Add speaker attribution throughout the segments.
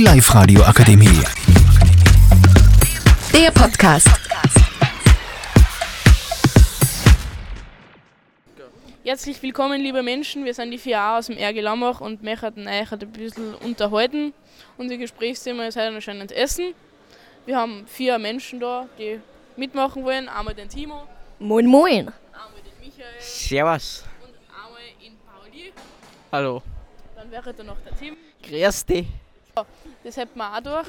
Speaker 1: Live Radio Akademie.
Speaker 2: Der Podcast.
Speaker 3: Herzlich willkommen, liebe Menschen. Wir sind die 4a aus dem RG Lambach und möchten euch ein bisschen unterhalten. Unser Gesprächsthema ist heute anscheinend Essen. Wir haben vier Menschen da, die mitmachen wollen. Einmal den Timo,
Speaker 4: Moin Moin.
Speaker 3: einmal den Michael
Speaker 5: Servus.
Speaker 3: und einmal den Pauli.
Speaker 5: Hallo.
Speaker 3: Dann wäre da noch der Tim.
Speaker 5: Grüß dich.
Speaker 3: Das hätten wir auch durch.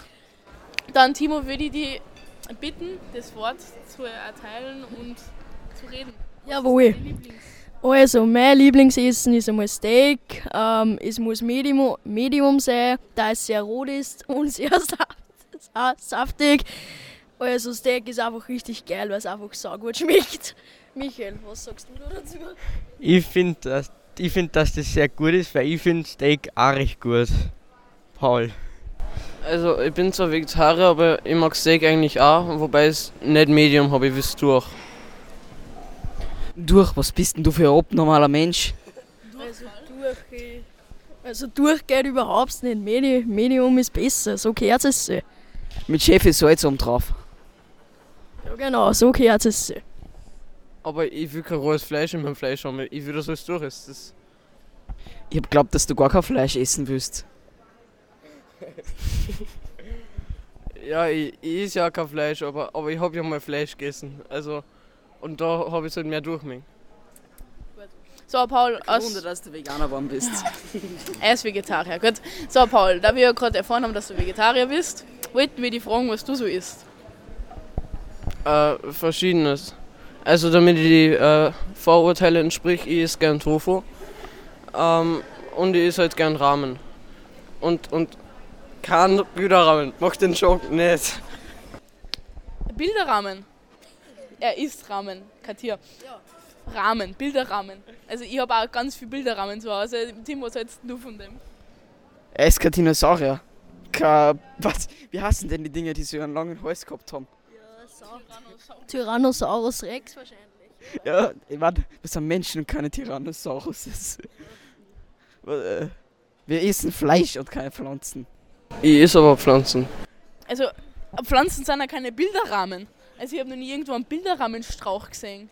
Speaker 3: Dann, Timo, würde ich dich bitten, das Wort zu erteilen und zu reden.
Speaker 4: Jawohl.
Speaker 3: Dein Lieblings.
Speaker 4: Also, mein Lieblingsessen ist einmal Steak. Ähm, es muss Medium, Medium sein, da es sehr rot ist und sehr saft, sa saftig. Also, Steak ist einfach richtig geil, weil es einfach saugut schmeckt. Michael, was sagst du da dazu?
Speaker 5: Ich finde, dass, ich find, dass das sehr gut ist, weil ich finde Steak auch recht gut. Paul.
Speaker 6: Also ich bin zwar Vegetarier, aber ich mag Steak eigentlich auch, wobei es nicht Medium habe, ich wüsste durch.
Speaker 7: Durch, was bist denn du für ein abnormaler Mensch?
Speaker 4: Also, durch, also durchgeht überhaupt nicht. Medi Medium ist besser, so gehört es sich.
Speaker 7: Mit Schäfe Salz oben drauf.
Speaker 4: Ja, genau, so gehört es sich.
Speaker 6: Aber ich will kein rohes Fleisch in meinem Fleisch haben, ich will, dass alles durch ist. Das
Speaker 7: Ich hab glaubt, dass du gar kein Fleisch essen willst.
Speaker 6: ja, ich, ich is ja kein Fleisch, aber, aber ich habe ja mal Fleisch gegessen. Also, und da habe ich halt mehr Durchmenge.
Speaker 3: So, Paul,
Speaker 7: Wunder,
Speaker 3: aus
Speaker 7: Also, dass du Veganer geworden bist.
Speaker 3: er ist Vegetarier. Gut. So, Paul, da wir ja gerade erfahren haben, dass du Vegetarier bist, wollten wir dich fragen, was du so isst.
Speaker 6: Äh, verschiedenes. Also, damit ich die äh, Vorurteile entsprich, ich is gern Tofu. Ähm, und ich is halt gern Ramen. Und, und kein Güterrahmen, mach den Schock nicht.
Speaker 3: Bilderrahmen. Er ist Rahmen, kein Tier. Rahmen, Bilderrahmen. Also ich habe auch ganz viel Bilderrahmen zu Hause. Tim, was hältst du von dem?
Speaker 7: Er ist kein Dinosaurier. Kein, was? Wie heißen denn die Dinger, die so einen langen Hals gehabt haben?
Speaker 4: Tyrannosaurus Rex wahrscheinlich.
Speaker 7: Ja, ich meine, wir sind Menschen und keine Tyrannosaurus. äh, Wir essen Fleisch und keine Pflanzen.
Speaker 6: Ich is aber Pflanzen.
Speaker 3: Also Pflanzen sind ja keine Bilderrahmen. Also ich habe noch nie irgendwo einen Bilderrahmenstrauch gesehen.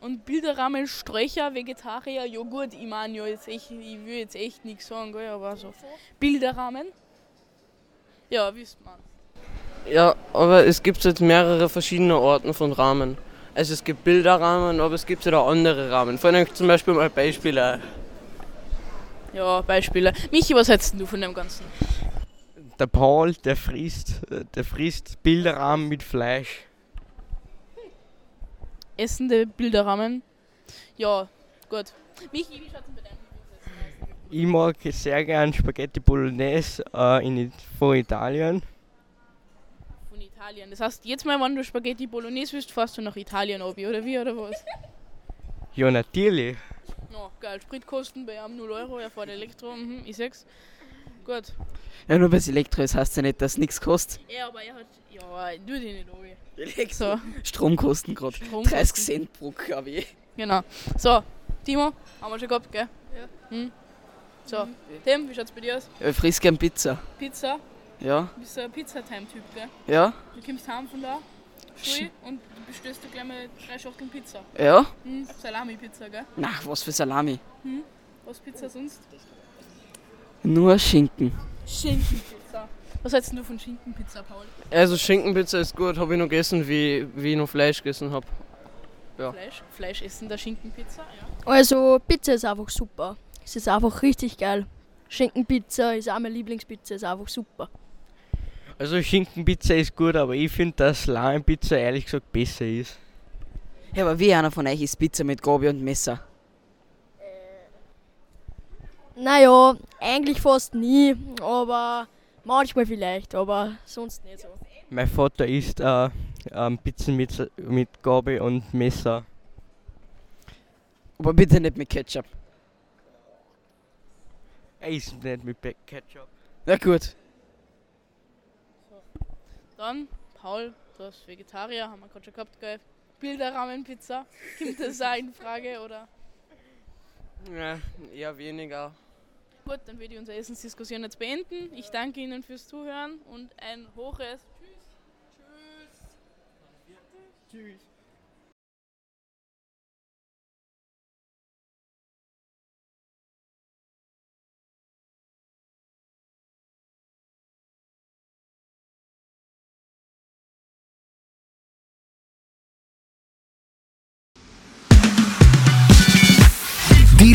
Speaker 3: Und Bilderrahmen, Sträucher, Vegetarier, Joghurt, ich meine ja jetzt echt, ich will jetzt echt nichts sagen, gell, aber so. Bilderrahmen? Ja, wisst man.
Speaker 6: Ja, aber es gibt jetzt mehrere verschiedene Arten von Rahmen. Also es gibt Bilderrahmen, aber es gibt auch andere Rahmen. Vor allem zum Beispiel mal Beispiele.
Speaker 3: Ja, Beispiele. Michi, was hältst du von dem Ganzen?
Speaker 5: Der Paul, der frisst, äh, der frisst Bilderrahmen mit Fleisch.
Speaker 3: essende Bilderrahmen. Ja, gut. Michi, wie schaut's denn bei deinem Lieblingsessen aus?
Speaker 5: Ich mag sehr gern Spaghetti Bolognese äh, in, I- von Italien.
Speaker 3: Von Italien. Das heißt, jetzt mal, wenn du Spaghetti Bolognese willst, fährst du nach Italien, Obi, oder wie, oder was?
Speaker 5: Ja, natürlich.
Speaker 3: Ja, geil. Spritkosten bei einem 0 Euro, er fährt Elektro, mhm, ich sag's. Gut.
Speaker 7: Ja, nur weil es Elektro ist, heißt ja nicht, dass es nichts kostet.
Speaker 3: Ja, aber er hat. Ja, du dich nicht, Obi. So,
Speaker 7: Strom kosten gerade.
Speaker 3: Strom.
Speaker 7: 30 Cent pro KW.
Speaker 3: Genau. So, Timo, haben wir schon gehabt, gell? Ja. Mhm. Hm. So, Tim, wie schaut's bei dir aus?
Speaker 7: Ich friss gern Pizza.
Speaker 3: Pizza?
Speaker 7: Ja?
Speaker 3: Du bist so ein Pizza-Time-Typ, gell?
Speaker 7: Ja?
Speaker 3: Du kommst heim von da, Schule, und bestellst du gleich mal drei Schachteln Pizza.
Speaker 7: Ja?
Speaker 3: Hm, Salami-Pizza, gell?
Speaker 7: Na, was für Salami.
Speaker 3: Was Pizza sonst?
Speaker 7: Nur Schinken.
Speaker 3: Schinkenpizza. Was hältst du von Schinkenpizza, Paul?
Speaker 6: Also Schinkenpizza ist gut, habe ich noch gegessen, wie, wie ich noch Fleisch gegessen habe. Ja.
Speaker 3: Fleisch? Fleisch essen der Schinkenpizza? Ja.
Speaker 4: Also, Pizza ist einfach super. Es ist einfach richtig geil. Schinkenpizza ist auch meine Lieblingspizza, ist einfach super.
Speaker 5: Also Schinkenpizza ist gut, aber ich finde, dass Lahmpizza ehrlich gesagt besser ist.
Speaker 7: Ja, aber wie einer von euch isst Pizza mit Gabel und Messer?
Speaker 4: Naja, eigentlich fast nie, aber manchmal vielleicht, aber sonst nicht so.
Speaker 5: Mein Vater isst äh, ähm, Pizzen mit, mit Gabel und Messer.
Speaker 7: Aber bitte nicht mit Ketchup.
Speaker 5: Er isst nicht mit Pe- Ketchup.
Speaker 7: Na gut.
Speaker 3: Dann, Paul, du hast Vegetarier, haben wir gerade schon gehabt, gell? Bilderrahmenpizza. Kommt das auch in Frage, oder?
Speaker 6: Ja, eher weniger.
Speaker 3: Gut, dann würde ich unsere Essensdiskussion jetzt beenden. Ich danke Ihnen fürs Zuhören und ein hohes Tschüss. Tschüss.
Speaker 5: Tschüss.
Speaker 1: Die